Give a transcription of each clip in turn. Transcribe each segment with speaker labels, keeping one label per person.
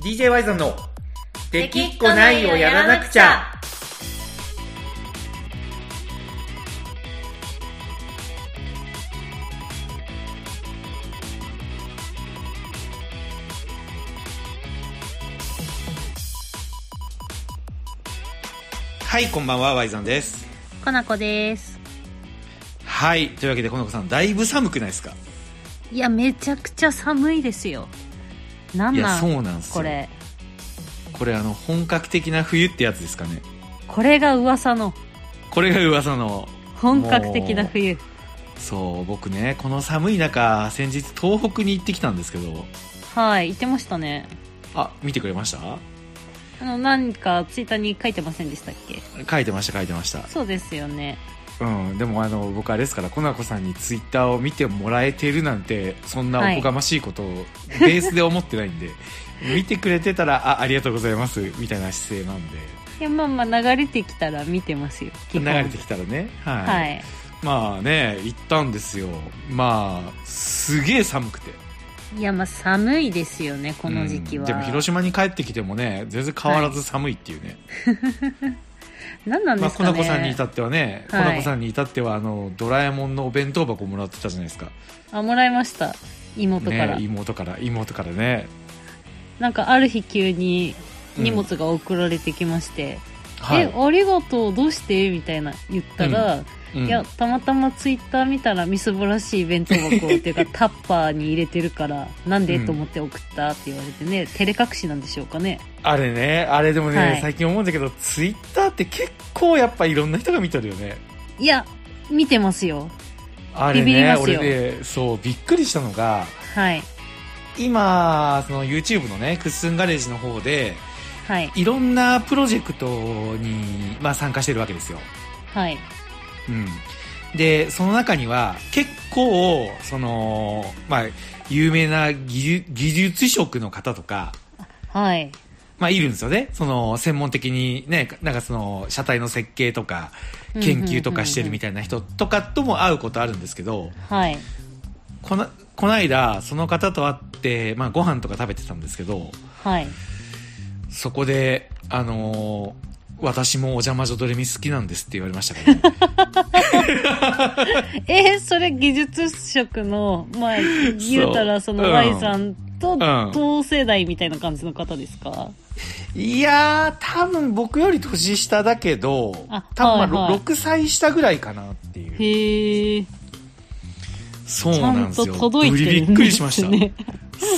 Speaker 1: DJ ワイゾンの「できっこないをやらなくちゃ」はいこんばんはワイゾンです
Speaker 2: かなこです
Speaker 1: はいというわけでこの子さんだいぶ寒くないですか
Speaker 2: いやめちゃくちゃ寒いですよなん
Speaker 1: いや
Speaker 2: な
Speaker 1: そ
Speaker 2: ん
Speaker 1: うなんですよ
Speaker 2: これ
Speaker 1: これあの本格的な冬ってやつですかね
Speaker 2: これが噂の
Speaker 1: これが噂の
Speaker 2: 本格的な冬
Speaker 1: そう僕ねこの寒い中先日東北に行ってきたんですけど
Speaker 2: はい言ってましたね
Speaker 1: あ見てくれました
Speaker 2: あのなんかツイッターに書いてませんでしたっけ
Speaker 1: 書いてました書いてました
Speaker 2: そうですよね
Speaker 1: うんでもあの僕あれですからコナコさんにツイッターを見てもらえてるなんてそんなおこがましいことをベースで思ってないんで、見てくれてたらあありがとうございますみたいな姿勢なんで
Speaker 2: いやまあまあ流れてきたら見てますよ基
Speaker 1: 流
Speaker 2: 本
Speaker 1: れてきたらねはい、
Speaker 2: はい
Speaker 1: まあね行ったんですよまあすげえ寒くて
Speaker 2: いやまあ寒いですよねこの時期は、
Speaker 1: うんでも広島に帰ってきてもね全然変わらず寒いっていうね、
Speaker 2: 何な
Speaker 1: ま
Speaker 2: んで
Speaker 1: あ、
Speaker 2: す
Speaker 1: コ
Speaker 2: かね、
Speaker 1: ナコさんに至ってはね、
Speaker 2: はい
Speaker 1: コナコさんに至ってはあのドラえもんのお弁当箱もらってたじゃないですか、
Speaker 2: あもらいました妹から、
Speaker 1: ね、妹から妹からね
Speaker 2: なんかある日急に荷物が送られてきまして、
Speaker 1: は
Speaker 2: え、ありがとう、どうしてみたいな言ったら、
Speaker 1: うん
Speaker 2: いや、たまたまツイッター見たらみすぼらしい弁当箱っていうかタッパーに入れてるから、なんで、
Speaker 1: うん
Speaker 2: と思って送ったって言われてね、照れ隠しなんでしょうかね。
Speaker 1: あれねあれでもね、
Speaker 2: はい
Speaker 1: 最近思うんだけどツイッターって結構やっぱいろんな人が見てるよね
Speaker 2: いや、見てますよ。
Speaker 1: あれ
Speaker 2: ビビり
Speaker 1: ね
Speaker 2: ます
Speaker 1: 俺
Speaker 2: よ
Speaker 1: ねそうびっくりしたのが
Speaker 2: はい。
Speaker 1: 今その YouTube のねクッスンガレージの方で
Speaker 2: はい。
Speaker 1: いろんなプロジェクトに、まあ、参加してるわけですよ
Speaker 2: はい。
Speaker 1: うん、でその中には結構その、まあ、有名な技術技術職の方とか、
Speaker 2: はい。
Speaker 1: まあ、いるんですよねその専門的に、ね、なんかその車体の設計とか
Speaker 2: うん
Speaker 1: 研究とかしてるみたいな人とかとも会うことあるんですけど
Speaker 2: はい。
Speaker 1: このこの間その方と会って、まあ、ご飯とか食べてたんですけど
Speaker 2: はい。
Speaker 1: そこで、あのー私もお邪魔女ドレミ好きなんですって言われましたから、ね、
Speaker 2: えーそれ技術職の、まあ、言うたらその
Speaker 1: うん
Speaker 2: Y さんと
Speaker 1: ん
Speaker 2: 同世代みたいな感じの方ですか、
Speaker 1: いやー、多分僕より年下だけど
Speaker 2: あ、
Speaker 1: 多分まあ、
Speaker 2: はいはい
Speaker 1: 6歳下ぐらいかなっていう。
Speaker 2: へえ。
Speaker 1: そう
Speaker 2: ち
Speaker 1: な
Speaker 2: ゃ
Speaker 1: ん
Speaker 2: ん
Speaker 1: です
Speaker 2: と
Speaker 1: よ。
Speaker 2: 届いてる
Speaker 1: び
Speaker 2: ん
Speaker 1: っくり
Speaker 2: で
Speaker 1: しまし
Speaker 2: す
Speaker 1: た。
Speaker 2: ね。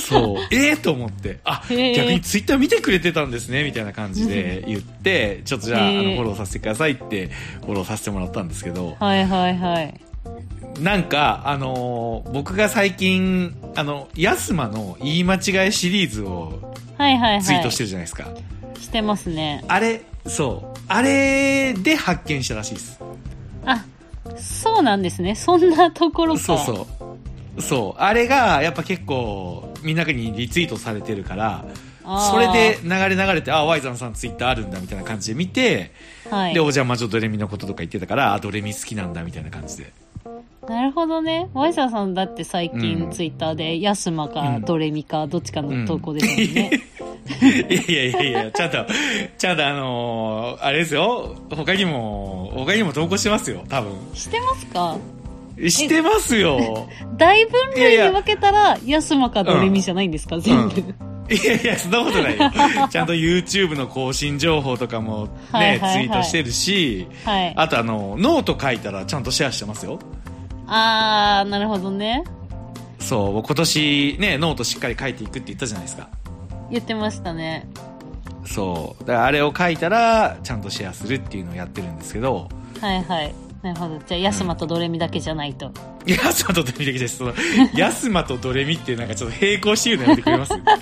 Speaker 1: そう。ええと思って。あ、逆
Speaker 2: へー
Speaker 1: にツイッター見てくれてたんですね、みたいな感じ で言って、ちょっとじゃあ、あ
Speaker 2: へ
Speaker 1: の、
Speaker 2: ー
Speaker 1: フォローさせてくださいって、フォローさせてもらったんですけど、
Speaker 2: はいはいはい。
Speaker 1: なんか、あのー僕が最近、あの、ヤスマの言い間違いシリーズを
Speaker 2: はいはいはい。
Speaker 1: ツイートしてるじゃないですか。
Speaker 2: してますね。
Speaker 1: あれ、そう。あれで発見したらしいです。
Speaker 2: あ、そうなんですね。そんなところか。
Speaker 1: そうそう。そう。あれが、やっぱ結構、みんなにリツイートされてるから、
Speaker 2: あー
Speaker 1: それで、流れ流れて、あ、ワイザンさんツイッターあるんだみたいな感じで見て、
Speaker 2: はい
Speaker 1: で、お。邪魔女ドレミのこととか言ってたから、あ、ドレミ好きなんだみたいな感じ で。
Speaker 2: なるほどね。ワイサーさんだって最近、
Speaker 1: うん
Speaker 2: ツイッターで、ヤスマか
Speaker 1: うん
Speaker 2: ドレミか、どっちか
Speaker 1: うん
Speaker 2: の投稿ですよね。
Speaker 1: いやいやいやいや、ちゃんと、ちゃんとあのーあれですよ、他にも、他にも投稿してますよ、多分。
Speaker 2: してますか
Speaker 1: してますよ。
Speaker 2: 大分
Speaker 1: いやい
Speaker 2: 類
Speaker 1: や
Speaker 2: に分けたら、ヤスマかドレミじゃないんですか、全部。
Speaker 1: いやいや、そんなことないよ。ちゃんと YouTube の更新情報とかもね、
Speaker 2: はいはいはい
Speaker 1: ツイートしてるし、
Speaker 2: はい。
Speaker 1: あとあの、ノート書いたらちゃんとシェアしてますよ。
Speaker 2: あー、なるほどね。
Speaker 1: そう、今年ね、ノートしっかり書いていくって言ったじゃないですか。
Speaker 2: 言ってましたね。
Speaker 1: そう。だからあれを書いたら、ちゃんとシェアするっていうのをやってるんですけど、
Speaker 2: はいはい。なるほど。じゃあ、ヤスマとドレミだけじゃないと。
Speaker 1: ヤスマとドレミだけです。その、ヤスマとドレミってなんかちょっと並行して言うのやめてく れますな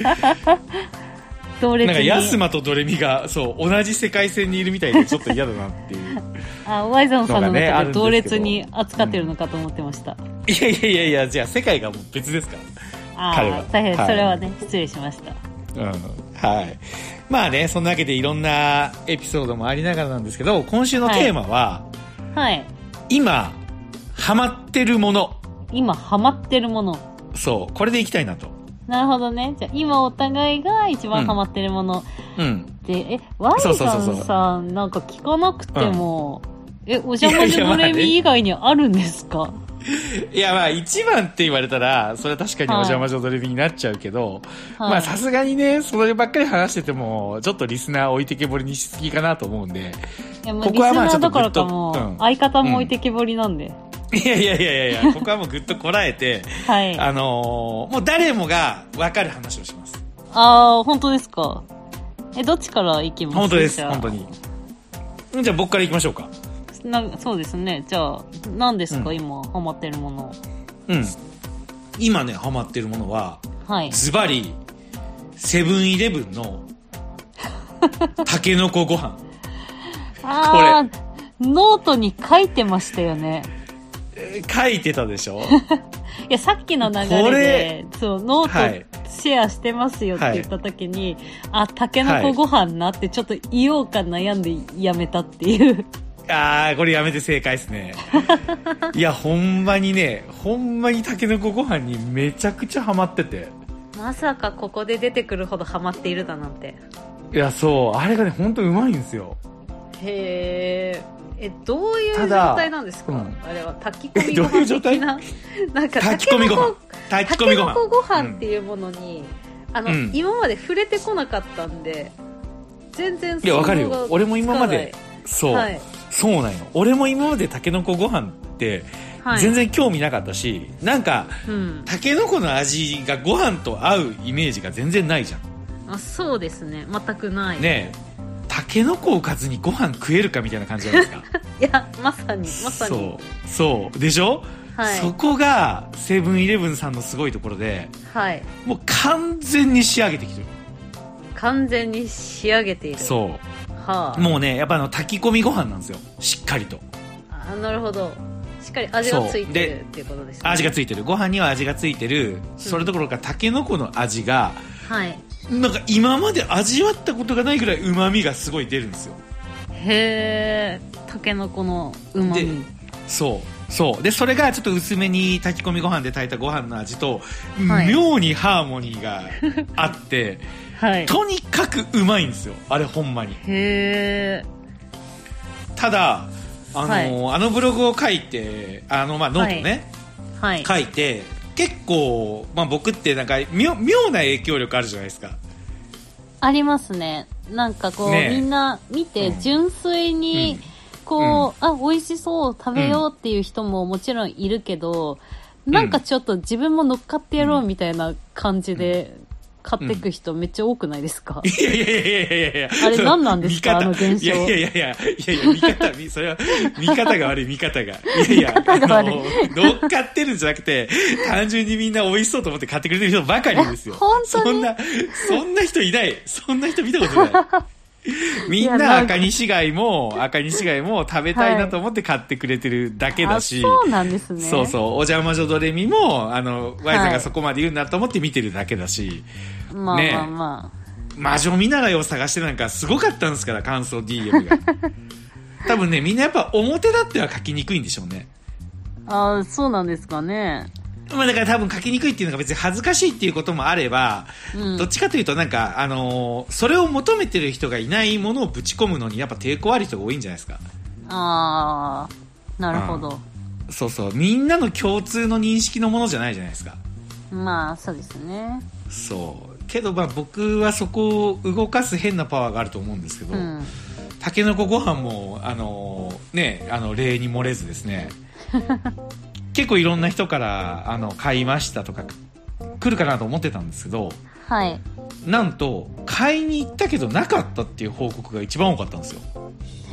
Speaker 2: 同列
Speaker 1: んか
Speaker 2: に。
Speaker 1: ヤスマとドレミが、そう、同じ世界線にいるみたいでちょっと嫌だなっていう。
Speaker 2: あ、ワイザンさんの
Speaker 1: のがねあ
Speaker 2: 中
Speaker 1: るんでけ
Speaker 2: です
Speaker 1: ど
Speaker 2: 同列に扱ってるのかと思ってました。
Speaker 1: いやいやいやいや、じゃあ世界がもう別ですから。
Speaker 2: あ
Speaker 1: 彼は
Speaker 2: あ、大変、
Speaker 1: はい
Speaker 2: それはね、失礼しました。
Speaker 1: うんはい。まあね、そんなわけでいろんなエピソードもありながらなんですけど、今週のテーマは、
Speaker 2: はい。
Speaker 1: 今、ハマってるもの。
Speaker 2: 今、ハマってるもの。
Speaker 1: そう、これでいきたいなと。
Speaker 2: なるほどね。じゃあ今お互いが一番ハマってるもの
Speaker 1: うん。
Speaker 2: で、え、ワイガ
Speaker 1: そう
Speaker 2: ン
Speaker 1: そうそうそう
Speaker 2: さんなんか聞かなくても、え、お邪魔女のレミ以外にあるんですか
Speaker 1: いや、まあ、一番って言われたら、それは確かにお邪魔女ドレミになっちゃうけど、ま
Speaker 2: は
Speaker 1: あ、
Speaker 2: い
Speaker 1: さすがにね、そればっかり話してても、ちょっとリスナー置いてけぼりにしすぎかなと思うんで、
Speaker 2: いやもう
Speaker 1: ここはまあ
Speaker 2: リスナーだからか
Speaker 1: ち
Speaker 2: も
Speaker 1: ょっとグッとうん
Speaker 2: 相方も置いてけぼりなんで、
Speaker 1: いやいやいやい やいや、ここはもうぐっとこらえて、
Speaker 2: はいあ
Speaker 1: あのーもう誰もが分かる話をします。
Speaker 2: あー本当ですかえどっちから行きます
Speaker 1: 本当です、
Speaker 2: じゃあ
Speaker 1: 本当に。うんじゃあ僕から行きましょうか。
Speaker 2: なそうですねじゃあ何ですか、
Speaker 1: うん
Speaker 2: 今ハマってるもの
Speaker 1: うん。今ね、ハマってるものは、
Speaker 2: はい
Speaker 1: ズバリ、セブンイレブンの、タケノコご飯。
Speaker 2: ああノートに書いてましたよね
Speaker 1: えー書いてたで しょ
Speaker 2: いやさっきの流
Speaker 1: これ
Speaker 2: れでそうノ
Speaker 1: は
Speaker 2: ー
Speaker 1: い
Speaker 2: トシェアしてますよって言った時に、あたけのこご飯なってちょっと言おうか悩んでやめたっていう
Speaker 1: あー、これやめて正解ですね。いや、ほんまにね、ほんまにタケノコご飯にめちゃくちゃハマってて。
Speaker 2: まさかここで出てくるほどハマっているだなんて
Speaker 1: いや、そう、あれがね、ほんとうまいんですよ。
Speaker 2: へーえどういう
Speaker 1: た
Speaker 2: 状
Speaker 1: だ
Speaker 2: 態なんですか、
Speaker 1: うん
Speaker 2: あ れは炊き込み
Speaker 1: えど
Speaker 2: ご
Speaker 1: ういう
Speaker 2: 飯
Speaker 1: 状
Speaker 2: 的
Speaker 1: 態
Speaker 2: ななんか
Speaker 1: 炊き込みご飯。
Speaker 2: た
Speaker 1: 炊き込
Speaker 2: け
Speaker 1: みご
Speaker 2: の
Speaker 1: 飯。
Speaker 2: こご飯っていうものに、あの、
Speaker 1: うん
Speaker 2: 今まで触れてこなかったんで全然
Speaker 1: いや、わかる
Speaker 2: 想像が
Speaker 1: よ。俺も今まで
Speaker 2: つか、
Speaker 1: そう、
Speaker 2: ないはい
Speaker 1: そうなんよ。俺も今までタケノコご飯って、
Speaker 2: はい
Speaker 1: 全然興味なかったし、なんか、
Speaker 2: うん
Speaker 1: タケノコの味がご飯と合うイメージが全然ないじゃん。
Speaker 2: あそうですね全くない、
Speaker 1: ねえ、タケノコおかずにご飯食えるかみたいな感じじゃないですか。
Speaker 2: いやまさ にまさに
Speaker 1: そう。そう。でしょ、
Speaker 2: はい
Speaker 1: そこが、セブンイレブンさんのすごいところで、
Speaker 2: はい
Speaker 1: もう完全に仕上げてきてる。
Speaker 2: 完全に仕上げているう
Speaker 1: そ
Speaker 2: はあ
Speaker 1: う。もうね、やっぱあの、炊き込みご飯なんですよ。しっかりと。
Speaker 2: あなるほどしっかり味がつい
Speaker 1: そう
Speaker 2: て
Speaker 1: で
Speaker 2: るっていうことですね
Speaker 1: 味がついてる。ご飯には味がついてる。それどころか、タケノコの味が、
Speaker 2: はい
Speaker 1: なんか今まで味わったことがないぐらい旨味がすごい出るんですよ。
Speaker 2: へえたけのこのうま
Speaker 1: で
Speaker 2: み
Speaker 1: そう。そう。で、それがちょっと薄めに炊き込みご飯で炊いたご飯の味と、
Speaker 2: はい
Speaker 1: 妙にハーモニー があって、
Speaker 2: はい
Speaker 1: とにかくうまいんですよ。あれほんまに。
Speaker 2: へえ
Speaker 1: ただ、あのーあのブログを書いて、あの、まあ、ノートをね、
Speaker 2: はい
Speaker 1: 書いて、結構、まあ、僕ってなんか妙、妙な影響力あるじゃないですか。
Speaker 2: ありますねなんかこう、
Speaker 1: ねえ
Speaker 2: みんな見て
Speaker 1: うん
Speaker 2: 純粋にこう、あ美味しそう食べようっていう人ももちろんいるけど、
Speaker 1: ん
Speaker 2: なんかちょっと自分も乗っかってやろうみたいな感じで買ってく人めっちゃ多くないですか、
Speaker 1: いやいやいやいやいやいや
Speaker 2: あれ何なんですか
Speaker 1: そ
Speaker 2: あの現象
Speaker 1: いやいやいやいや、いやいや、見方、みそれは、見方が悪い、見方が。いやいや、
Speaker 2: 方が悪い
Speaker 1: あの乗っかってるんじゃなくて、単純にみんな美味しそうと思って買ってくれてる人ばかりですよ。
Speaker 2: あ本当に
Speaker 1: そんな、そんな人いない。そんな人見た ことない。みん
Speaker 2: いやな
Speaker 1: なん
Speaker 2: か
Speaker 1: 赤西貝も、赤西貝も食べたいなと思って買ってくれてるだけだ
Speaker 2: あ
Speaker 1: し。
Speaker 2: そうなんですね
Speaker 1: そうそう、お邪魔女ドレミも、あの、ワイさんがそこまで言うんだと思って見てるだけだし。
Speaker 2: まあ
Speaker 1: ねえ
Speaker 2: まあま
Speaker 1: 魔女見習いを探してなんかすごかったんですから感想 DM が多分ねみんなやっぱ表立っては書きにくいんでしょうね
Speaker 2: あ、あーそうなんですかね
Speaker 1: まあだから多分書きにくいっていうのが別に恥ずかしいっていうこともあれば、
Speaker 2: うん
Speaker 1: どっちかというとなんか、あのーそれを求めてる人がいないものをぶち込むのにやっぱ抵抗ある人が多いんじゃないですか
Speaker 2: ああなるほど、
Speaker 1: そうそうみんなの共通の認識のものじゃないじゃないですか
Speaker 2: まあそうですね
Speaker 1: そうけどまあ僕はそこを動かす変なパワーがあると思うんですけど、
Speaker 2: うん
Speaker 1: たけのこご飯もあのねあの例に漏れずです ね結構いろんな人からあの買いましたとか来るかなと思ってたんですけど
Speaker 2: はい
Speaker 1: なんと買いに行ったけどなかったっていう報告が一番多かったんですよ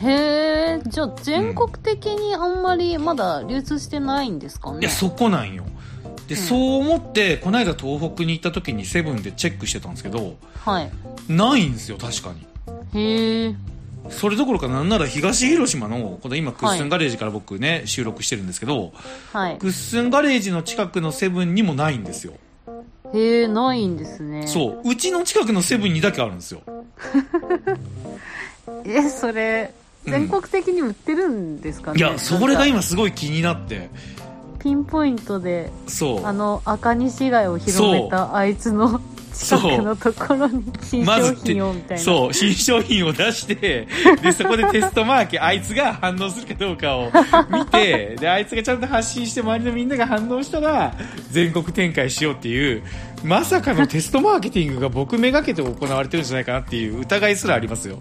Speaker 2: へえじゃあ全国的にあんまりまだ流通してないんですかね
Speaker 1: いやそこなんよで、
Speaker 2: うん
Speaker 1: そう思ってこの間東北に行った時にセブンでチェックしてたんですけど
Speaker 2: はい
Speaker 1: ないんですよ確かに
Speaker 2: へえ
Speaker 1: それどころかなんなら東広島のこの今クッスンガレージから僕ね、収録してるんですけど
Speaker 2: はい
Speaker 1: クッスンガレージの近くのセブンにもないんですよ
Speaker 2: へえないんですね
Speaker 1: そう。うちの近くのセブンにだけあるんですよ。
Speaker 2: えそれ
Speaker 1: うん
Speaker 2: 全国的に売ってるんですかね、
Speaker 1: いや、それが
Speaker 2: なんか
Speaker 1: 今すごい気になって。
Speaker 2: ピンポイントで
Speaker 1: そう
Speaker 2: あの赤西貝を広めたあいつの 近くのところに新
Speaker 1: ま
Speaker 2: 商
Speaker 1: ずって
Speaker 2: 品をみたいな、
Speaker 1: そう新商品を出 してでそこでテストマーケあいつが反応するかどうかを見てであいつがちゃんと発信して周りのみんなが反応したら全国展開しようっていうまさかのテストマーケティングが僕めがけて行われてるんじゃないかなっていう疑いすらありますよ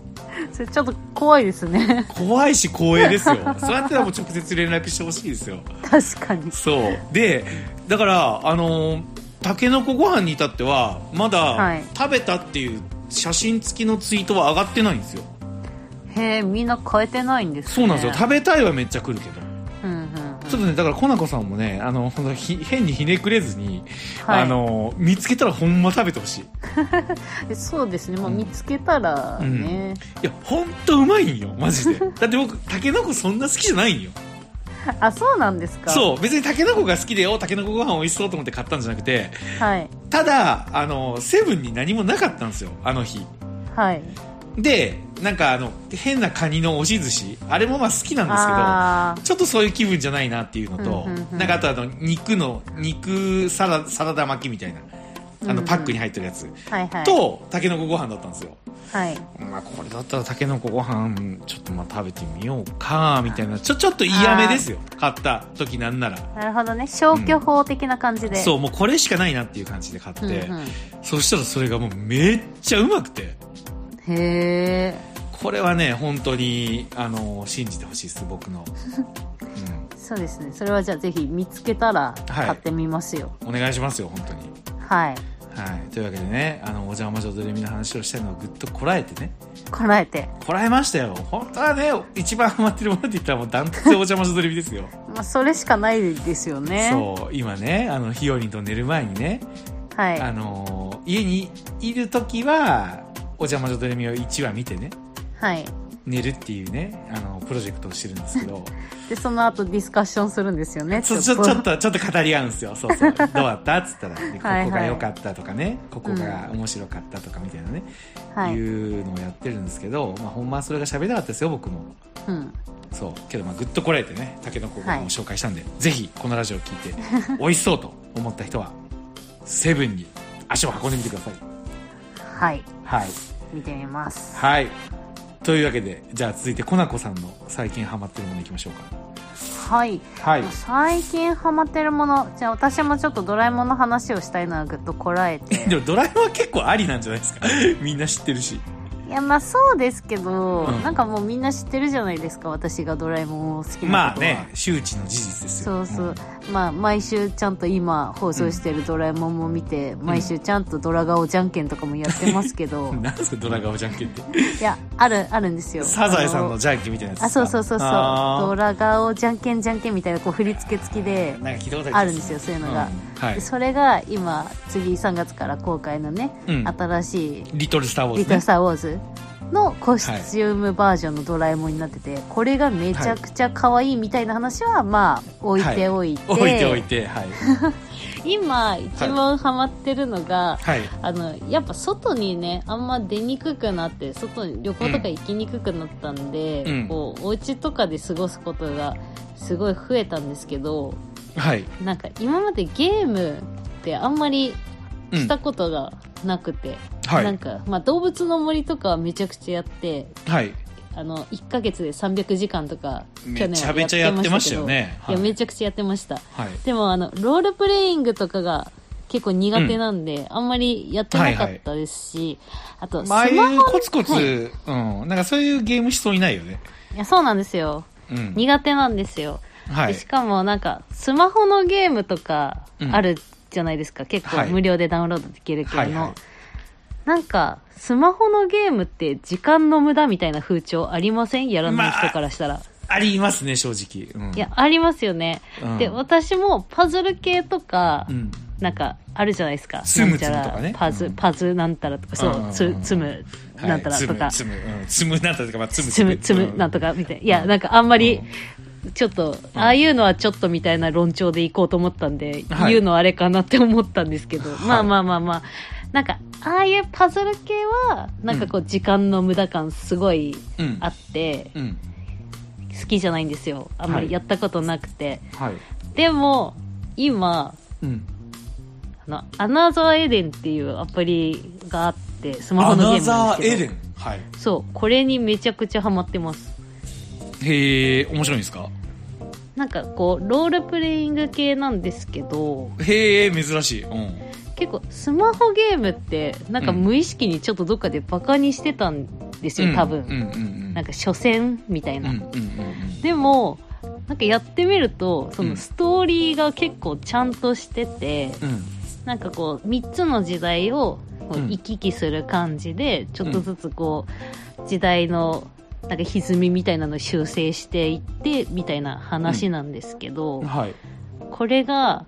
Speaker 2: それちょっと怖いですね
Speaker 1: 怖いし光栄ですよそうやったらもう直接連絡してほしいですよ
Speaker 2: 確かに
Speaker 1: そうでだからあのーたけのこご飯に至ってはま
Speaker 2: は
Speaker 1: だ
Speaker 2: い
Speaker 1: 食べたっていう写真付きのツイートは上がってないんですよ
Speaker 2: へえみんな変えてないんですね
Speaker 1: そうなんですよ食べたいはめっちゃ来るけど
Speaker 2: うんうんうん
Speaker 1: ちょっとねだからコナコさんもねあのほんとひ変にひねくれずに、
Speaker 2: はい
Speaker 1: あのー見つけたらほんま食べてほしいい
Speaker 2: えそうですね、まあ、見つけたらね、
Speaker 1: やほんとうまいんよマ ジでだって僕たけのこそんな好きじゃないんよ
Speaker 2: あそうなんですか
Speaker 1: そう別にたけのこが好きでよたけのこご飯美味しそうと思って買ったんじゃなくて
Speaker 2: はい
Speaker 1: ただあのーセブンに何もなかったんですよあの日
Speaker 2: はい
Speaker 1: でなんかあの変なカニの押し寿司あれもまあ好きなんですけど
Speaker 2: あ
Speaker 1: ちょっとそういう気分じゃないなっていうのと、
Speaker 2: うんうんうん
Speaker 1: なんかあとあの肉の肉サラサラダ巻きみたいなあ
Speaker 2: うんう
Speaker 1: の
Speaker 2: ん
Speaker 1: パックに入ってるやつ、
Speaker 2: ーはいはい
Speaker 1: とたけのこご飯だったんですよ、
Speaker 2: はい
Speaker 1: まあ、これだったらたけのこご飯ちょっとまあ食べてみようかみたいなちょちょっと嫌めですよ買った時なんなら
Speaker 2: なるほどね消去法的な感じで、
Speaker 1: そうもうこれしかないなっていう感じで買って、
Speaker 2: うんうん
Speaker 1: そしたらそれがもうめっちゃうまくて
Speaker 2: へえ
Speaker 1: これはね本当にあの信じてほしいです僕 の、う
Speaker 2: そうですねそれはじゃあぜひ見つけたら
Speaker 1: はい
Speaker 2: 買ってみますよ
Speaker 1: ん、お願いしますよ本当に
Speaker 2: はい、
Speaker 1: はいというわけでねあのお邪魔女ドレミの話をしたいのをぐっとこらえてね
Speaker 2: こらえて、
Speaker 1: こらえましたよ本当はね一番ハマってるものって言ったらもうダントツお邪魔女ドレミですよ
Speaker 2: まあ、それしかないですよ ね
Speaker 1: そう今ねあのひよりんと寝る前にね、
Speaker 2: はい
Speaker 1: あの家にいる時はお邪魔女ドレミを1話見てね
Speaker 2: はい
Speaker 1: 寝るっていうねあのプロジェクトをしてるんですけど
Speaker 2: でその後ディスカッションするんですよね
Speaker 1: ちょちょちょっとちょっと語り合うんですよそうそう どうだったっつったら、ねこ
Speaker 2: はい
Speaker 1: こが良かったとかねここが面白かったとかみたいなね、
Speaker 2: はい、
Speaker 1: いううのをやってるんですけど、まあ、ほんまはそれが喋りたかったですよ僕も
Speaker 2: ん、
Speaker 1: そうけどまあグッとこらえてねたけのこご
Speaker 2: はい
Speaker 1: 飯を紹介したんで、ぜひこのラジオを聞いて美味しそうと思った人はセブンに足を運んでみてください
Speaker 2: はい
Speaker 1: はい、
Speaker 2: 見てみます
Speaker 1: はい、というわけでじゃあ続いてコナコさんの最近ハマってるものいきましょうか
Speaker 2: はい
Speaker 1: はい
Speaker 2: 最近ハマってるものじゃあ私もちょっとドラえもんの話をしたいのはぐっとこらえて
Speaker 1: でもドラえもんは結構ありなんじゃないですかみんな知ってるし
Speaker 2: いやまあそうですけど、
Speaker 1: うん
Speaker 2: なんかもうみんな知ってるじゃないですか私がドラえもんを好きな
Speaker 1: ま
Speaker 2: こ
Speaker 1: あ
Speaker 2: とは、
Speaker 1: ね周知の事実です
Speaker 2: そ
Speaker 1: よ
Speaker 2: うそう、まあ毎週ちゃんと今放送してる「ドラえもん」も見て、毎週ちゃんとドラ顔じゃんけんとかもやってますけど、
Speaker 1: うんなんすかドラガオじゃんけんって
Speaker 2: いやあるあるんですよ
Speaker 1: サザエさん
Speaker 2: あ
Speaker 1: のジャンキーみたいなやつ
Speaker 2: あそうそうそうそうド
Speaker 1: あ
Speaker 2: ラ顔じゃんけんじゃんけんみたいなこう振り付け付きで
Speaker 1: ーなんか聞いたこと
Speaker 2: あ
Speaker 1: り
Speaker 2: るん
Speaker 1: ま
Speaker 2: ですよそういうの
Speaker 1: う
Speaker 2: が、
Speaker 1: んはい
Speaker 2: でそれが今次3月から公開のね、
Speaker 1: うん
Speaker 2: 新しい
Speaker 1: リトルスター・ウォー
Speaker 2: 「
Speaker 1: ズ、ね
Speaker 2: リ、トル・スター・ウォーズ」のコスチュームバージョンのドラえもんになってて、これがめちゃくちゃ可愛いみたいな話はまあ置いておいて、
Speaker 1: 置いておいてはい
Speaker 2: 今一番ハマってるのが、
Speaker 1: はい
Speaker 2: あのやっぱ外にねあんま出にくくなって外に旅行とか行きにくくなったんで、
Speaker 1: うん
Speaker 2: こうお家とかで過ごすことがすごい増えたんですけど
Speaker 1: はい、
Speaker 2: なんか今までゲームってあんまり
Speaker 1: うん
Speaker 2: したことがなくて、
Speaker 1: はい
Speaker 2: なんか、まあ、動物の森とかはめちゃくちゃやって
Speaker 1: はい
Speaker 2: あの1ヶ月で300時間とか去年
Speaker 1: めちゃめちゃやってましたよね
Speaker 2: やってましたけどいや
Speaker 1: はい
Speaker 2: めちゃくちゃやってました
Speaker 1: はい
Speaker 2: でもあのロールプレイングとかが結構苦手なんで、あんまりやってなかったですし、あとス
Speaker 1: まあ
Speaker 2: マ
Speaker 1: ああ
Speaker 2: ホ、
Speaker 1: いうコツコツ、
Speaker 2: はい
Speaker 1: うんなんかそういうゲームしそうにないよね
Speaker 2: いやそうなんですよ
Speaker 1: うん
Speaker 2: 苦手なんですよ、
Speaker 1: は
Speaker 2: で
Speaker 1: い
Speaker 2: しかもなんかスマホのゲームとか
Speaker 1: うん
Speaker 2: あるじゃないですか、結構
Speaker 1: はい
Speaker 2: 無料でダウンロードできるけども、
Speaker 1: はいはい
Speaker 2: なんかスマホのゲームって時間の無駄みたいな風潮ありませんやらない人からしたら、
Speaker 1: ありますね正直、うん、
Speaker 2: いやありますよね、
Speaker 1: うん
Speaker 2: で私もパズル系とか、
Speaker 1: うん
Speaker 2: なんかあるじゃないですか
Speaker 1: ツムツムとかね
Speaker 2: なんちゃらパズ、
Speaker 1: うん
Speaker 2: パズなんたらとか
Speaker 1: うんうん
Speaker 2: そううんつつむ
Speaker 1: はい
Speaker 2: なんたらとか、
Speaker 1: つむつむ,、うん、つむなんたらとかまあつむ
Speaker 2: つむつむなんとかみたいないやなんかあんまりちょっとああいうのはちょっとみたいな論調でいこうと思ったんで、
Speaker 1: はい
Speaker 2: 言うのあれかなって思ったんですけど、
Speaker 1: はい
Speaker 2: まあまあまあまあなんかああいうパズル系はなんかこう時間の無駄感すごい
Speaker 1: うん
Speaker 2: あって
Speaker 1: うん
Speaker 2: 好きじゃないんですよあんまりやったことなくて、
Speaker 1: はい
Speaker 2: でも、今、
Speaker 1: うん。
Speaker 2: あの、アナザーエデンっていうアプリがあって、スマ
Speaker 1: ア
Speaker 2: ホのゲ
Speaker 1: ナ
Speaker 2: ームな
Speaker 1: ザ
Speaker 2: ん
Speaker 1: ー
Speaker 2: です
Speaker 1: エ
Speaker 2: けど。
Speaker 1: レン。はい。
Speaker 2: そう、これにめちゃくちゃハマってます。
Speaker 1: へえ、面白いんですか
Speaker 2: なんかこう、ロールプレイング系なんですけど、
Speaker 1: へえ、珍しい。うん。
Speaker 2: 結構スマホゲームって、なんか
Speaker 1: うん
Speaker 2: 無意識にちょっとどっかでバカにしてたんですよ、多
Speaker 1: う
Speaker 2: 分。
Speaker 1: んうんうん。
Speaker 2: なんか、所詮みたい
Speaker 1: うん
Speaker 2: な。
Speaker 1: うんうん
Speaker 2: でも、なんかやってみると、そうの
Speaker 1: ん
Speaker 2: ストーリーが結構ちゃんとしてて、
Speaker 1: うん。うん。
Speaker 2: なんかこう、3つの時代をこう
Speaker 1: うん
Speaker 2: 行き来する感じで、ちょっとずつこう、時代の、なんか歪みみたいなのを修正していって、みたいな話なんですけど、
Speaker 1: はい。
Speaker 2: これが、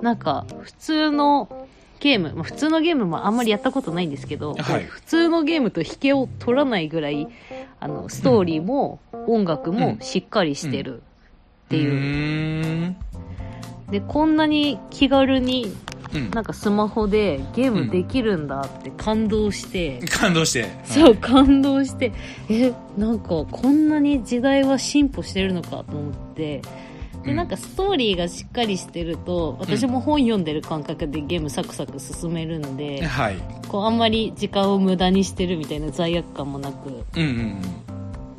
Speaker 2: なんか、普通のゲーム、まあ普通のゲームもあんまりやったことないんですけど、
Speaker 1: はい
Speaker 2: 普通のゲームと引けを取らないぐらい、あの、ストーリーも音楽もしっかりしてるっていう。
Speaker 1: う
Speaker 2: で、こんなに気軽に
Speaker 1: ーん。
Speaker 2: なんかスマホでゲームできるんだって感動して、
Speaker 1: うん。感動して。
Speaker 2: そう、感動して、え、なんかこんなに時代は進歩してるのかと思って、
Speaker 1: う
Speaker 2: で、
Speaker 1: ん
Speaker 2: なんかストーリーがしっかりしてると、私も本読んでる感覚でゲームサクサク進めるんで、
Speaker 1: はい。
Speaker 2: こうあんまり時間を無駄にしてるみたいな罪悪感もなく、
Speaker 1: うんうん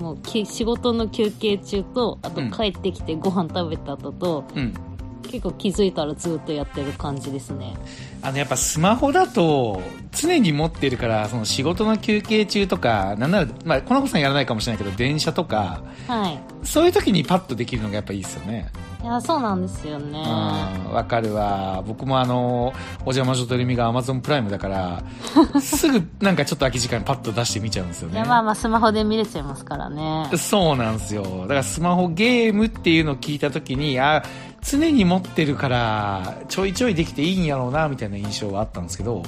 Speaker 2: もうき仕事の休憩中と、あと
Speaker 1: うん
Speaker 2: 帰ってきてご飯食べた後と、
Speaker 1: うん。うん。
Speaker 2: 結構気づいたらずっとやってる感じですね。
Speaker 1: あのやっぱスマホだと常に持ってるからその仕事の休憩中とかなんなら、まあ、この子さんやらないかもしれないけど電車とか
Speaker 2: はい。
Speaker 1: そういう時にパッとできるのがやっぱいいですよね
Speaker 2: いや、そうなんですよね。
Speaker 1: うんわかるわ僕もあのお邪魔女とるみが Amazon プライムだから すぐなんかちょっと空き時間にパッと出して見ちゃうんですよ
Speaker 2: い
Speaker 1: ね
Speaker 2: や、まあまあ、スマホで見れちゃいますからね。
Speaker 1: そうなんですよだからスマホゲームっていうのを聞いた時にあ常に持ってるからちょいちょいできていいんやろうなみたいな印象はあったんですけど、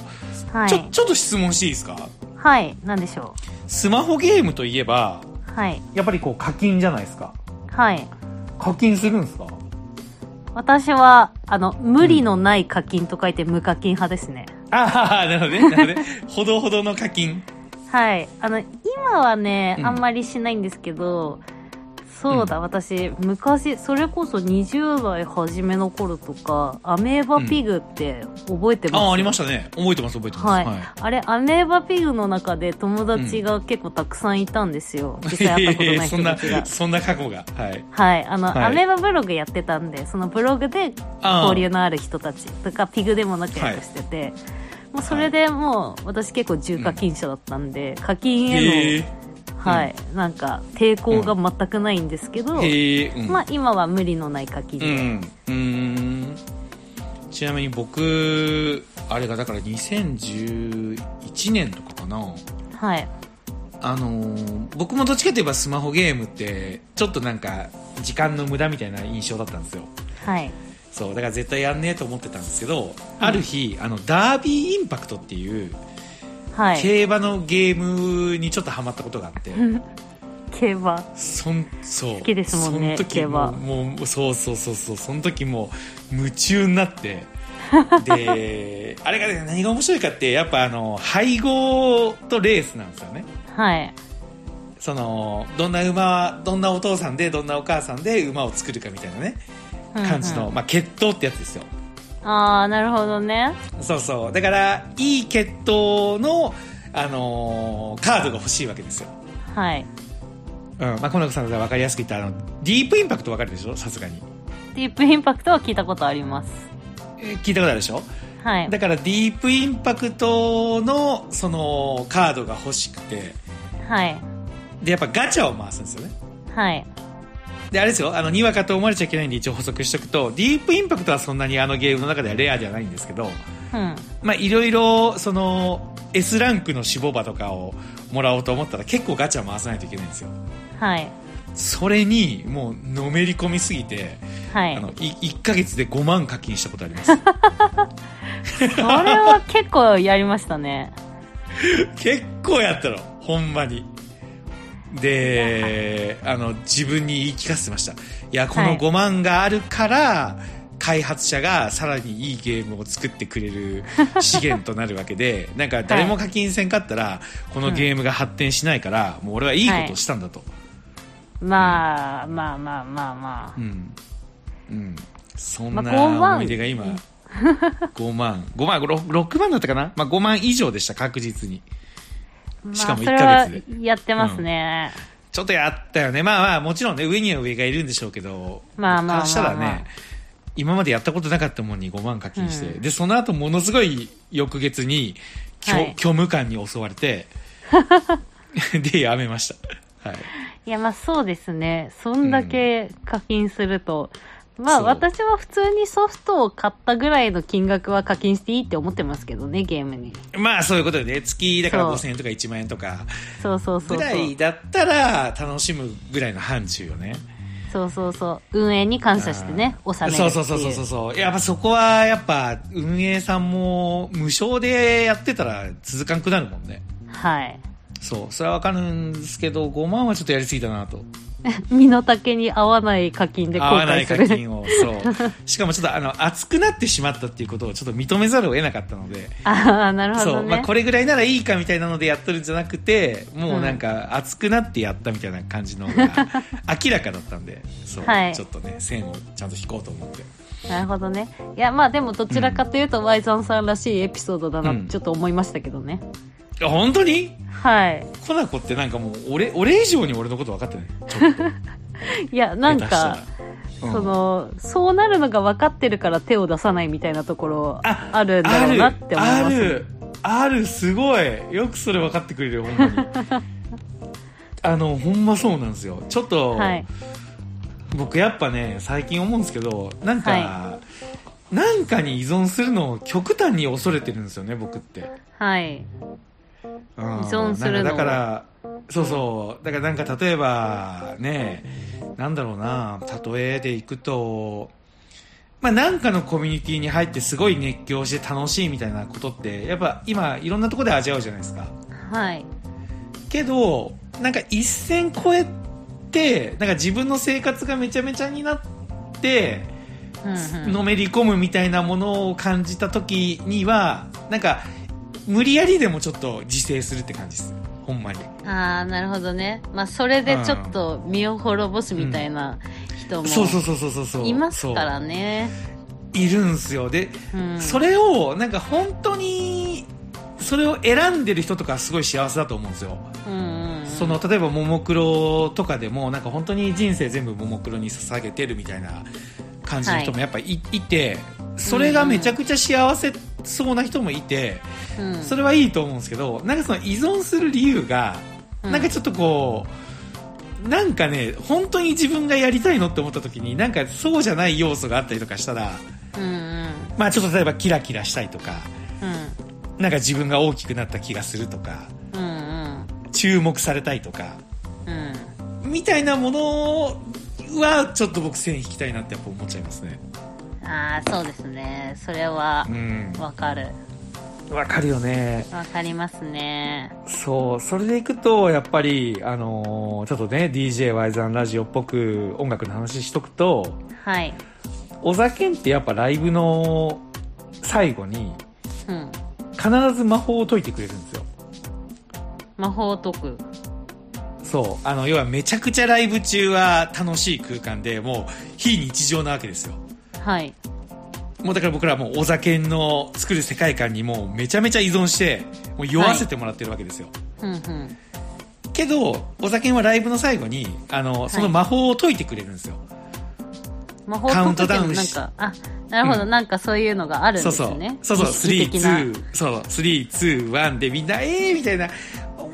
Speaker 2: は
Speaker 1: ちょ
Speaker 2: い。
Speaker 1: ちょっと質問していいですか
Speaker 2: はい。なんでしょ
Speaker 1: スマホゲームといえば
Speaker 2: う。はい。
Speaker 1: やっぱりこう課金じゃないですか
Speaker 2: はい。
Speaker 1: 課金するんですか
Speaker 2: 私は、あの、無理のない課金と書いて無課金派ですね。
Speaker 1: ああなるほどねなるほどね ほどほどの課金
Speaker 2: はい。あの、今はね
Speaker 1: う、ん
Speaker 2: あんまりしないんですけど、そうだ、私、昔、それこそ20代初めの頃とか、アメーバピグって覚えてます、
Speaker 1: ああありましたね覚えてます覚えてます
Speaker 2: はい、あれ、アメーバピグの中で友達が結構たくさんいたんで すよ。実際会ったことない
Speaker 1: そん
Speaker 2: 人たちが
Speaker 1: な。そんな過去がはい
Speaker 2: はい。あの、
Speaker 1: はい
Speaker 2: アメーバブログやってたんで、そのブログで
Speaker 1: あー
Speaker 2: 交流のある人たちとか、ピグでも仲良くしてて、もうそれでもう、私結構重課金者だったんで、課金
Speaker 1: へ
Speaker 2: へ
Speaker 1: え
Speaker 2: の、はい、なんか、抵抗が全くないんですけど、
Speaker 1: へえうん
Speaker 2: まあ今は無理のない課金
Speaker 1: う
Speaker 2: で。
Speaker 1: んうーんちなみに僕あれがだから2011年とかかな
Speaker 2: はい。
Speaker 1: あのー僕もどっちかといえばスマホゲームってちょっとなんか時間の無駄みたいな印象だったんですよ
Speaker 2: はい。
Speaker 1: そうだから絶対やんねえと思ってたんですけど、ある日あのダービーインパクトっていう
Speaker 2: はい。
Speaker 1: 競馬のゲームにちょっとハマったことがあって、
Speaker 2: 競馬。
Speaker 1: そんそう
Speaker 2: 好きですもんね
Speaker 1: その時
Speaker 2: 競馬
Speaker 1: もうもうそうそうそうそうその時もう夢中になって であれがね何が面白いかってやっぱあの配合とレースなんですよね
Speaker 2: はい。
Speaker 1: そのどんな馬どんなお父さんでどんなお母さんで馬を作るかみたいなね感じの、
Speaker 2: うんうん
Speaker 1: まあ、決闘ってやつですよ
Speaker 2: ああ、なるほどね。
Speaker 1: そうそうだからいい決闘の、あのーカードが欲しいわけですよ
Speaker 2: はい。
Speaker 1: うんまあ、この子さんだったら分かりやすく言ったらあのディープインパクト分かるでしょさすがに、
Speaker 2: ディープインパクトは聞いたことあります。
Speaker 1: えー聞いたことあるでしょ
Speaker 2: はい。
Speaker 1: だからディープインパクトのそのカードが欲しくて
Speaker 2: はい。
Speaker 1: でやっぱガチャを回すんですよね
Speaker 2: はい。
Speaker 1: であれですよあのにわかと思われちゃいけないんで一応補足しておくとディープインパクトはそんなにあのゲームの中ではレアではないんですけど
Speaker 2: うん。
Speaker 1: まあいろいろその S ランクの死亡馬とかをもらおうと思ったら結構ガチャ回さないといけないんですよ
Speaker 2: はい。
Speaker 1: それにもうのめり込みすぎて、
Speaker 2: は
Speaker 1: あ
Speaker 2: い
Speaker 1: の。い1ヶ月で5万課金したことあります
Speaker 2: それは結構やりましたね。
Speaker 1: 結構やったろほんまにであの自分に言い聞かせてましたいやこ
Speaker 2: は
Speaker 1: の
Speaker 2: い
Speaker 1: 5万があるから、開発者がさらにいいゲームを作ってくれ る資源となるわけでなんか誰も課金せんかったら、このゲームが発展しないから、もう俺はいいことをしたんだと、
Speaker 2: まあ、まあまあまあま
Speaker 1: うんうんそん
Speaker 2: まあ5万
Speaker 1: な思い出が今、5万5万6万だったかな、まあ、5万以上でした確実にしかも
Speaker 2: まあ
Speaker 1: 1ヶ月
Speaker 2: それはやってますね。
Speaker 1: ちょっとやったよねまあまあもちろんね上には上がいるんでしょうけど
Speaker 2: まあまあまあまあ
Speaker 1: 僕からしたらね今までやったことなかったもんに5万課金して、
Speaker 2: うん
Speaker 1: でその後ものすごい翌月に虚,、
Speaker 2: はい
Speaker 1: 虚無感に襲われ てでやめました、はい、
Speaker 2: いや、まあそうですね。そんだけ課金すると。まあ
Speaker 1: そう
Speaker 2: 私は普通にソフトを買ったぐらいの金額は課金していいって思ってますけどね、ゲームに。
Speaker 1: まあそういうことでね月だから
Speaker 2: そう
Speaker 1: 5000円とか1万円とか
Speaker 2: そうそうそ
Speaker 1: ぐ
Speaker 2: う
Speaker 1: ら
Speaker 2: そう
Speaker 1: い。だったら楽しむぐらいの範疇よね
Speaker 2: そうそうそう。運営に感謝してね、
Speaker 1: うん
Speaker 2: 納めるって
Speaker 1: そ
Speaker 2: いうう。
Speaker 1: そうそうそうそうそうやっぱそこはやっぱ運営さんも無償でやってたら続かんくなるもんね
Speaker 2: はい。
Speaker 1: そうそれはわかるんですけど5万はちょっとやりすぎたなと
Speaker 2: 身の丈に合わない課金で後
Speaker 1: 合わな
Speaker 2: 悔
Speaker 1: い
Speaker 2: す
Speaker 1: 課
Speaker 2: る。
Speaker 1: 金をそうしかもちょっとあの熱くなってしまったっていうことをちょっと認めざるを得なかったので
Speaker 2: ああ、なるほ
Speaker 1: そ
Speaker 2: ど
Speaker 1: う、
Speaker 2: ね。
Speaker 1: まあ、これぐらいならいいかみたいなのでやっとるんじゃなくてもうなんか熱くなってやったみたいな感じのが 明らかだったんでそう、
Speaker 2: はい
Speaker 1: ちょっとね線をちゃんと引こうと思って
Speaker 2: なるほどね。いや、まあでもどちらかというと、ワイザンさんらしいエピソードだな
Speaker 1: う
Speaker 2: って
Speaker 1: ん
Speaker 2: ちょっと思いましたけどね。
Speaker 1: いや本当に
Speaker 2: はい。
Speaker 1: コナコってなんかもう俺俺以上に俺のこと分かってないちょっと
Speaker 2: いや、なん
Speaker 1: 下
Speaker 2: か、
Speaker 1: 手したらう
Speaker 2: そ
Speaker 1: ん
Speaker 2: の、そうなるのが分かってるから手を出さないみたいなところあるんだろうなって思います。
Speaker 1: あるあるすごいよくそれ分かってくれるよほ んまにあのほんまそうなんですよちょっと、
Speaker 2: はい。
Speaker 1: 僕やっぱね最近思うんですけどなんか、
Speaker 2: は
Speaker 1: なんかに依存するのを極端に恐れてるんですよね僕って依
Speaker 2: はい。依存するの
Speaker 1: だ
Speaker 2: を
Speaker 1: からそうそうだからなんか例えばねなんだろうな例えでいくとまあなんかのコミュニティに入ってすごい熱狂して楽しいみたいなことってやっぱ今いろんなところで味わうじゃないですか
Speaker 2: はい。
Speaker 1: けどなんか一線越えてなんか自分の生活がめちゃめちゃになって
Speaker 2: うんうん
Speaker 1: のめり込むみたいなものを感じた時にはなんか無理やりでもちょっと自制するって感じですほんまに
Speaker 2: ああ、なるほどね。まあ、それでちょっと身を滅ぼすみたいな人も
Speaker 1: そうそうそうそうそうそう
Speaker 2: いますからね。
Speaker 1: そういるんすよで、
Speaker 2: うん
Speaker 1: それをなんか本当にそれを選んでる人とかすごい幸せだと思うんですよ
Speaker 2: うんうん。
Speaker 1: その例えばももクロとかでもなんか本当に人生全部ももクロに捧げてるみたいな感じの人もやっぱい,、い、てそれがめちゃくちゃ幸せそうな人もいて、
Speaker 2: うん、
Speaker 1: それはいいと思うんですけどなんかその依存する理由が
Speaker 2: うん
Speaker 1: なんかちょっとこうなんかね本当に自分がやりたいのって思った時になんかそうじゃない要素があったりとかしたら
Speaker 2: うんうん
Speaker 1: まあちょっと例えばキラキラしたいとか
Speaker 2: うん
Speaker 1: なんか自分が大きくなった気がするとか
Speaker 2: うん
Speaker 1: 注目されたいとか
Speaker 2: うんうん
Speaker 1: みたいなものはちょっと僕線引きたいなってやっぱ思っちゃいますね
Speaker 2: ああそうですねそれは
Speaker 1: うん
Speaker 2: わかる
Speaker 1: わかるよね
Speaker 2: わかりますね
Speaker 1: そうそれでいくとやっぱりあのーちょっとね d j y ザンラジオっぽく音楽の話しとくと
Speaker 2: はい
Speaker 1: お酒ってやっぱライブの最後に
Speaker 2: うん
Speaker 1: 必ず魔法を解いてくれるんですよ
Speaker 2: 魔法を解く
Speaker 1: そうあの要はめちゃくちゃライブ中は楽しい空間でもう非日常なわけですよ
Speaker 2: はい
Speaker 1: もうだから僕らはもうお酒の作る世界観にもうめちゃめちゃ依存してもう酔わせてもらってるわけですよ、
Speaker 2: うんうん
Speaker 1: けどお酒はライブの最後にあのその魔法を解いてくれるんですよ、
Speaker 2: 魔法を解く
Speaker 1: カウントダウン
Speaker 2: っていう
Speaker 1: し
Speaker 2: のはなんかあなるほど、
Speaker 1: うん
Speaker 2: なんかそういうのがあるん
Speaker 1: そう
Speaker 2: で
Speaker 1: そ
Speaker 2: す
Speaker 1: う
Speaker 2: ね。
Speaker 1: そうそう、
Speaker 2: 儀式
Speaker 1: 3、
Speaker 2: 的な
Speaker 1: 2、そう、3、2、1でみんな、えーみたいな、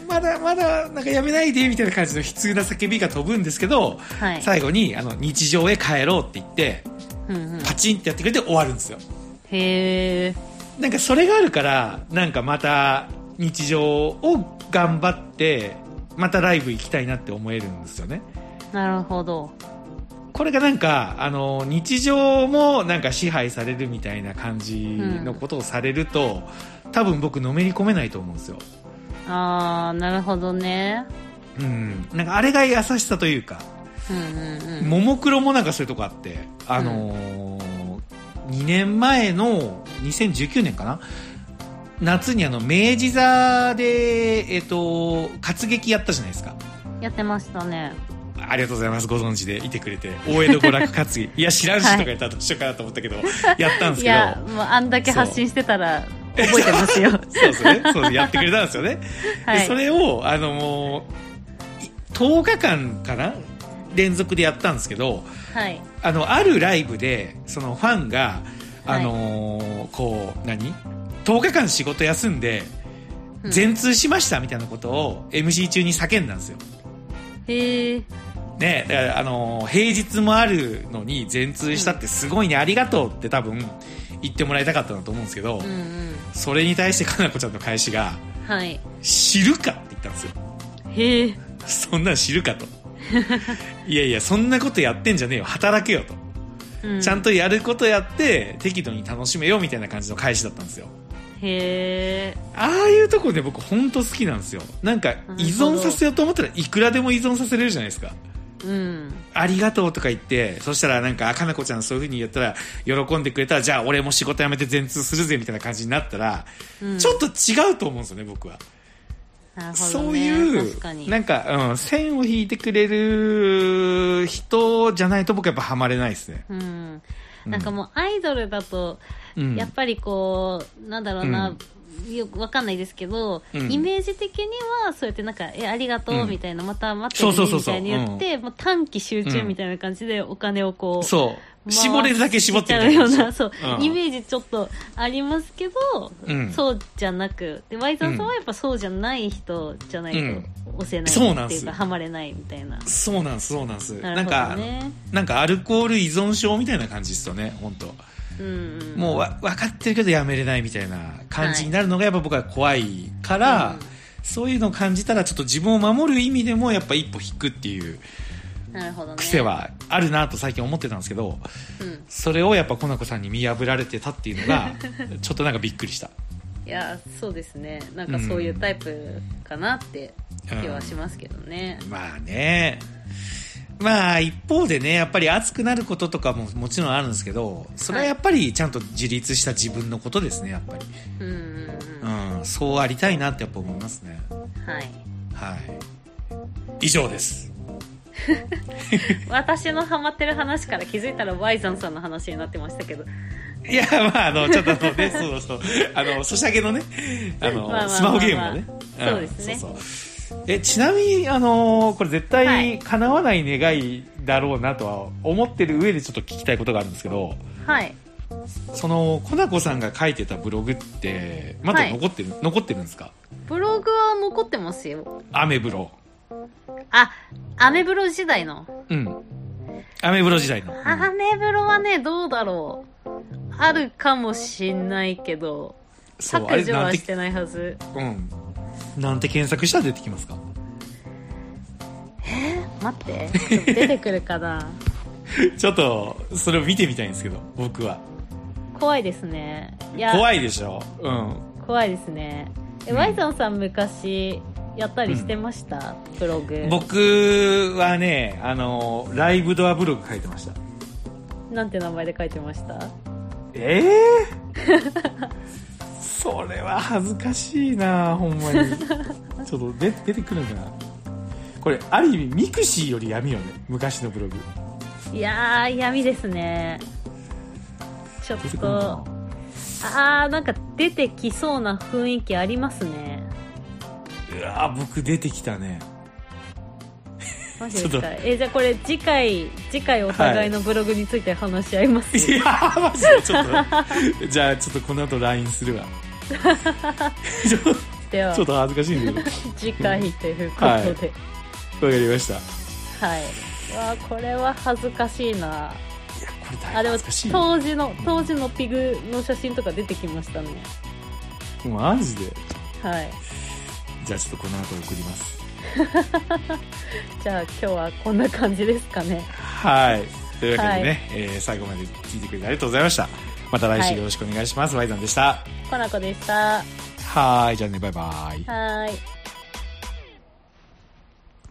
Speaker 1: まだまだ、なんかやめないで、みたいな感じの悲痛な叫びが飛ぶんですけど、
Speaker 2: はい
Speaker 1: 最後に、あの、日常へ帰ろうって言って、
Speaker 2: うんうん
Speaker 1: パチンってやってくれて終わるんですよ。
Speaker 2: へえ
Speaker 1: なんかそれがあるから、なんかまた、日常を頑張って、またライブ行きたいなって思えるんですよね。
Speaker 2: なるほど
Speaker 1: これがなんか、あの、日常もなんか支配されるみたいな感じのことをされると、多分僕のめり込めないと思うんですよ。
Speaker 2: ああなるほどね
Speaker 1: うん、なんかあれが優しさというか、
Speaker 2: うんうんうん
Speaker 1: ももクロもなんかそういうとこあって、あのー2年前の2019年かな夏にあの明治座で、えっと活劇やったじゃないですか
Speaker 2: やってましたね
Speaker 1: ありがとうございますご存知でいてくれて大江戸娯楽活 ぎいや知らんしとか言ったらどうしようかなと思ったけど、やったんです
Speaker 2: い
Speaker 1: けど
Speaker 2: や、もうあんだけ発信してたら覚えてま すよ。
Speaker 1: そうですよねそうやってくれたんですよね、
Speaker 2: は
Speaker 1: でそ
Speaker 2: い。
Speaker 1: れをあのもうい10日間かな連続でやったんですけど
Speaker 2: はい。
Speaker 1: あのあるライブでそのファンがあのーこう何10日間仕事休んで
Speaker 2: うん
Speaker 1: 全通しましたみたいなことを MC 中に叫んだんですよ。
Speaker 2: へえ。
Speaker 1: ね、だからあのー平日もあるのに全通したってすごいね、ありがとうって多分言ってもらいたかったんだと思うんですけど、
Speaker 2: うんうん。
Speaker 1: それに対してかなこちゃんの返しが
Speaker 2: はい。
Speaker 1: 「知るか!」って言ったんですよ
Speaker 2: へえ。
Speaker 1: そんなん知るか といやいやそんなことやってんじゃねえよ働けよと、
Speaker 2: う
Speaker 1: ちゃん
Speaker 2: と。
Speaker 1: とやることやって適度に楽しめよみたいな感じの返しだったんですよ
Speaker 2: へえ。
Speaker 1: ああいうとこで僕本当好きなんですよなんか依存させようと思ったらいくらでも依存させれるじゃないですか
Speaker 2: うん。
Speaker 1: ありがとうとか言って、そしたらなんか、あかなこちゃんそういう風に言ったら、喜んでくれたら、じゃあ俺も仕事辞めて全通するぜみたいな感じになったら、
Speaker 2: うん
Speaker 1: ちょっと違うと思うんですよね、僕は。
Speaker 2: なるほどね。
Speaker 1: そういう
Speaker 2: 確か、に。
Speaker 1: なんか、うん、線を引いてくれる人じゃないと僕はやっぱハマれないですね。
Speaker 2: うん。なんかもうアイドルだと、
Speaker 1: うん。
Speaker 2: やっぱりこう、なんだろうな、よくわかんないですけど、
Speaker 1: うん
Speaker 2: イメージ的には、そうやってなんか、え、ありがと
Speaker 1: う
Speaker 2: うんみたいな、また待って
Speaker 1: そう
Speaker 2: る
Speaker 1: そう
Speaker 2: ね
Speaker 1: そう
Speaker 2: み
Speaker 1: そう
Speaker 2: たいに言って、もう短期集中みたいな感じでお金をこう、
Speaker 1: そう。
Speaker 2: 回
Speaker 1: 絞れるだけ絞ってみたい
Speaker 2: しちゃ
Speaker 1: な
Speaker 2: うような、そう、
Speaker 1: うん
Speaker 2: イメージちょっとありますけど、
Speaker 1: うん
Speaker 2: そうじゃなく、で、ワイザーさんはやっぱそうじゃない人じゃないと
Speaker 1: うん
Speaker 2: 押せない
Speaker 1: そうなん
Speaker 2: って
Speaker 1: で
Speaker 2: いう
Speaker 1: す
Speaker 2: か、ハマれないみたいな。
Speaker 1: そうなんです、そうなんです。
Speaker 2: な
Speaker 1: なんか、
Speaker 2: るほどね。
Speaker 1: なんかアルコール依存症みたいな感じですよね、本当
Speaker 2: うんうん。
Speaker 1: もうわ分かってるけどやめれないみたいな感じになるのがやっぱ僕は怖いから、
Speaker 2: うん
Speaker 1: そういうのを感じたらちょっと自分を守る意味でもやっぱ一歩引くっていう
Speaker 2: なるほどね。
Speaker 1: 癖。はあるなと最近思ってたんですけど
Speaker 2: うん。
Speaker 1: それをやっぱコナコさんに見破られてたっていうの がちょっとなんかびっくりした
Speaker 2: いや、そうですね。なんかそういうタイプかなって気はしますけどね。
Speaker 1: まあねまあ一方でねやっぱり熱くなることとかももちろんあるんですけどそれはやっぱりちゃんと自立した自分のことですねやっぱり、
Speaker 2: うんうんうん。
Speaker 1: うん、そうありたいなってやっぱ思いますね
Speaker 2: はい。
Speaker 1: はい以上です
Speaker 2: 私のハマってる話から気づいたらワイザンさんの話になってましたけど。
Speaker 1: いや、まあ、あの、ちょっとあ のね、そうそう、あの、ソシャゲのね、あの、
Speaker 2: まあまあまあまあ
Speaker 1: スマホゲームのね。ん
Speaker 2: そうですね
Speaker 1: そうそうえ、ちなみに、あの、これ絶
Speaker 2: は
Speaker 1: 対
Speaker 2: い
Speaker 1: 叶わない願いだろうなとは思ってる上でちょっと聞きたいことがあるんですけど、
Speaker 2: はい。
Speaker 1: その、コナコさんが書いてたブログって、まだ
Speaker 2: はい
Speaker 1: 残ってる、残ってるんですか
Speaker 2: ブログは残ってますよ。
Speaker 1: アメブロ。
Speaker 2: あ、アメブロ時代の。
Speaker 1: うん。アメブロ時代の。うん
Speaker 2: アメブロはね、どうだろう。あるかもしんないけど、
Speaker 1: そう、あれ
Speaker 2: 削除
Speaker 1: なん
Speaker 2: は
Speaker 1: て
Speaker 2: し、てないはず。
Speaker 1: うん。なんて検索したら出てきますか
Speaker 2: 待って、ちょっと出てくるかな。
Speaker 1: ちょっと、それを見てみたいんですけど、僕は。
Speaker 2: 怖いですね。いや、
Speaker 1: 怖いでしょうん。
Speaker 2: 怖いですね。え、
Speaker 1: うん
Speaker 2: ワイザンさん昔、やったりしてました、ブログ。
Speaker 1: 僕はねあのライブドアブログ書いてました
Speaker 2: なんて名前で書いてました
Speaker 1: ええそれは恥ずかしいなほんま にちょっと出出てくるんかなこれある意味ミクシーより闇よね昔のブログ
Speaker 2: いやー、闇ですね。ちょっ
Speaker 1: 出てくる
Speaker 2: と
Speaker 1: か、
Speaker 2: あー、なんか出てきそうな雰囲気ありますね。
Speaker 1: なうわ僕出てきたね
Speaker 2: マジで
Speaker 1: ちょ
Speaker 2: す
Speaker 1: っと
Speaker 2: かえじゃあこれ次回次回お互いのブログについて話し合います、
Speaker 1: いやーマジでちょっとじゃあちょっとこの後 LINE す るわちょ
Speaker 2: では
Speaker 1: ちょっと恥ずかしいんだけど
Speaker 2: 次回ということで
Speaker 1: わかりましたい
Speaker 2: はい、わあこれは恥ずかしいな
Speaker 1: やこれ
Speaker 2: あ
Speaker 1: 大変
Speaker 2: でも
Speaker 1: 恥ずかしいよ
Speaker 2: 当時の当時のピグの写真とか出てきましたね
Speaker 1: マジで
Speaker 2: はい
Speaker 1: じゃあちょっとこの後送ります
Speaker 2: じゃあ今日はこんな感じですかね
Speaker 1: はい。というわけでね、
Speaker 2: はい
Speaker 1: えー最後まで聞いてくれてありがとうございました。また来
Speaker 2: は
Speaker 1: 週
Speaker 2: い
Speaker 1: よろしくお願いします。ワイザンでした。
Speaker 2: コナコでしたは
Speaker 1: はーい、じゃあね、バイバイ。
Speaker 2: ーい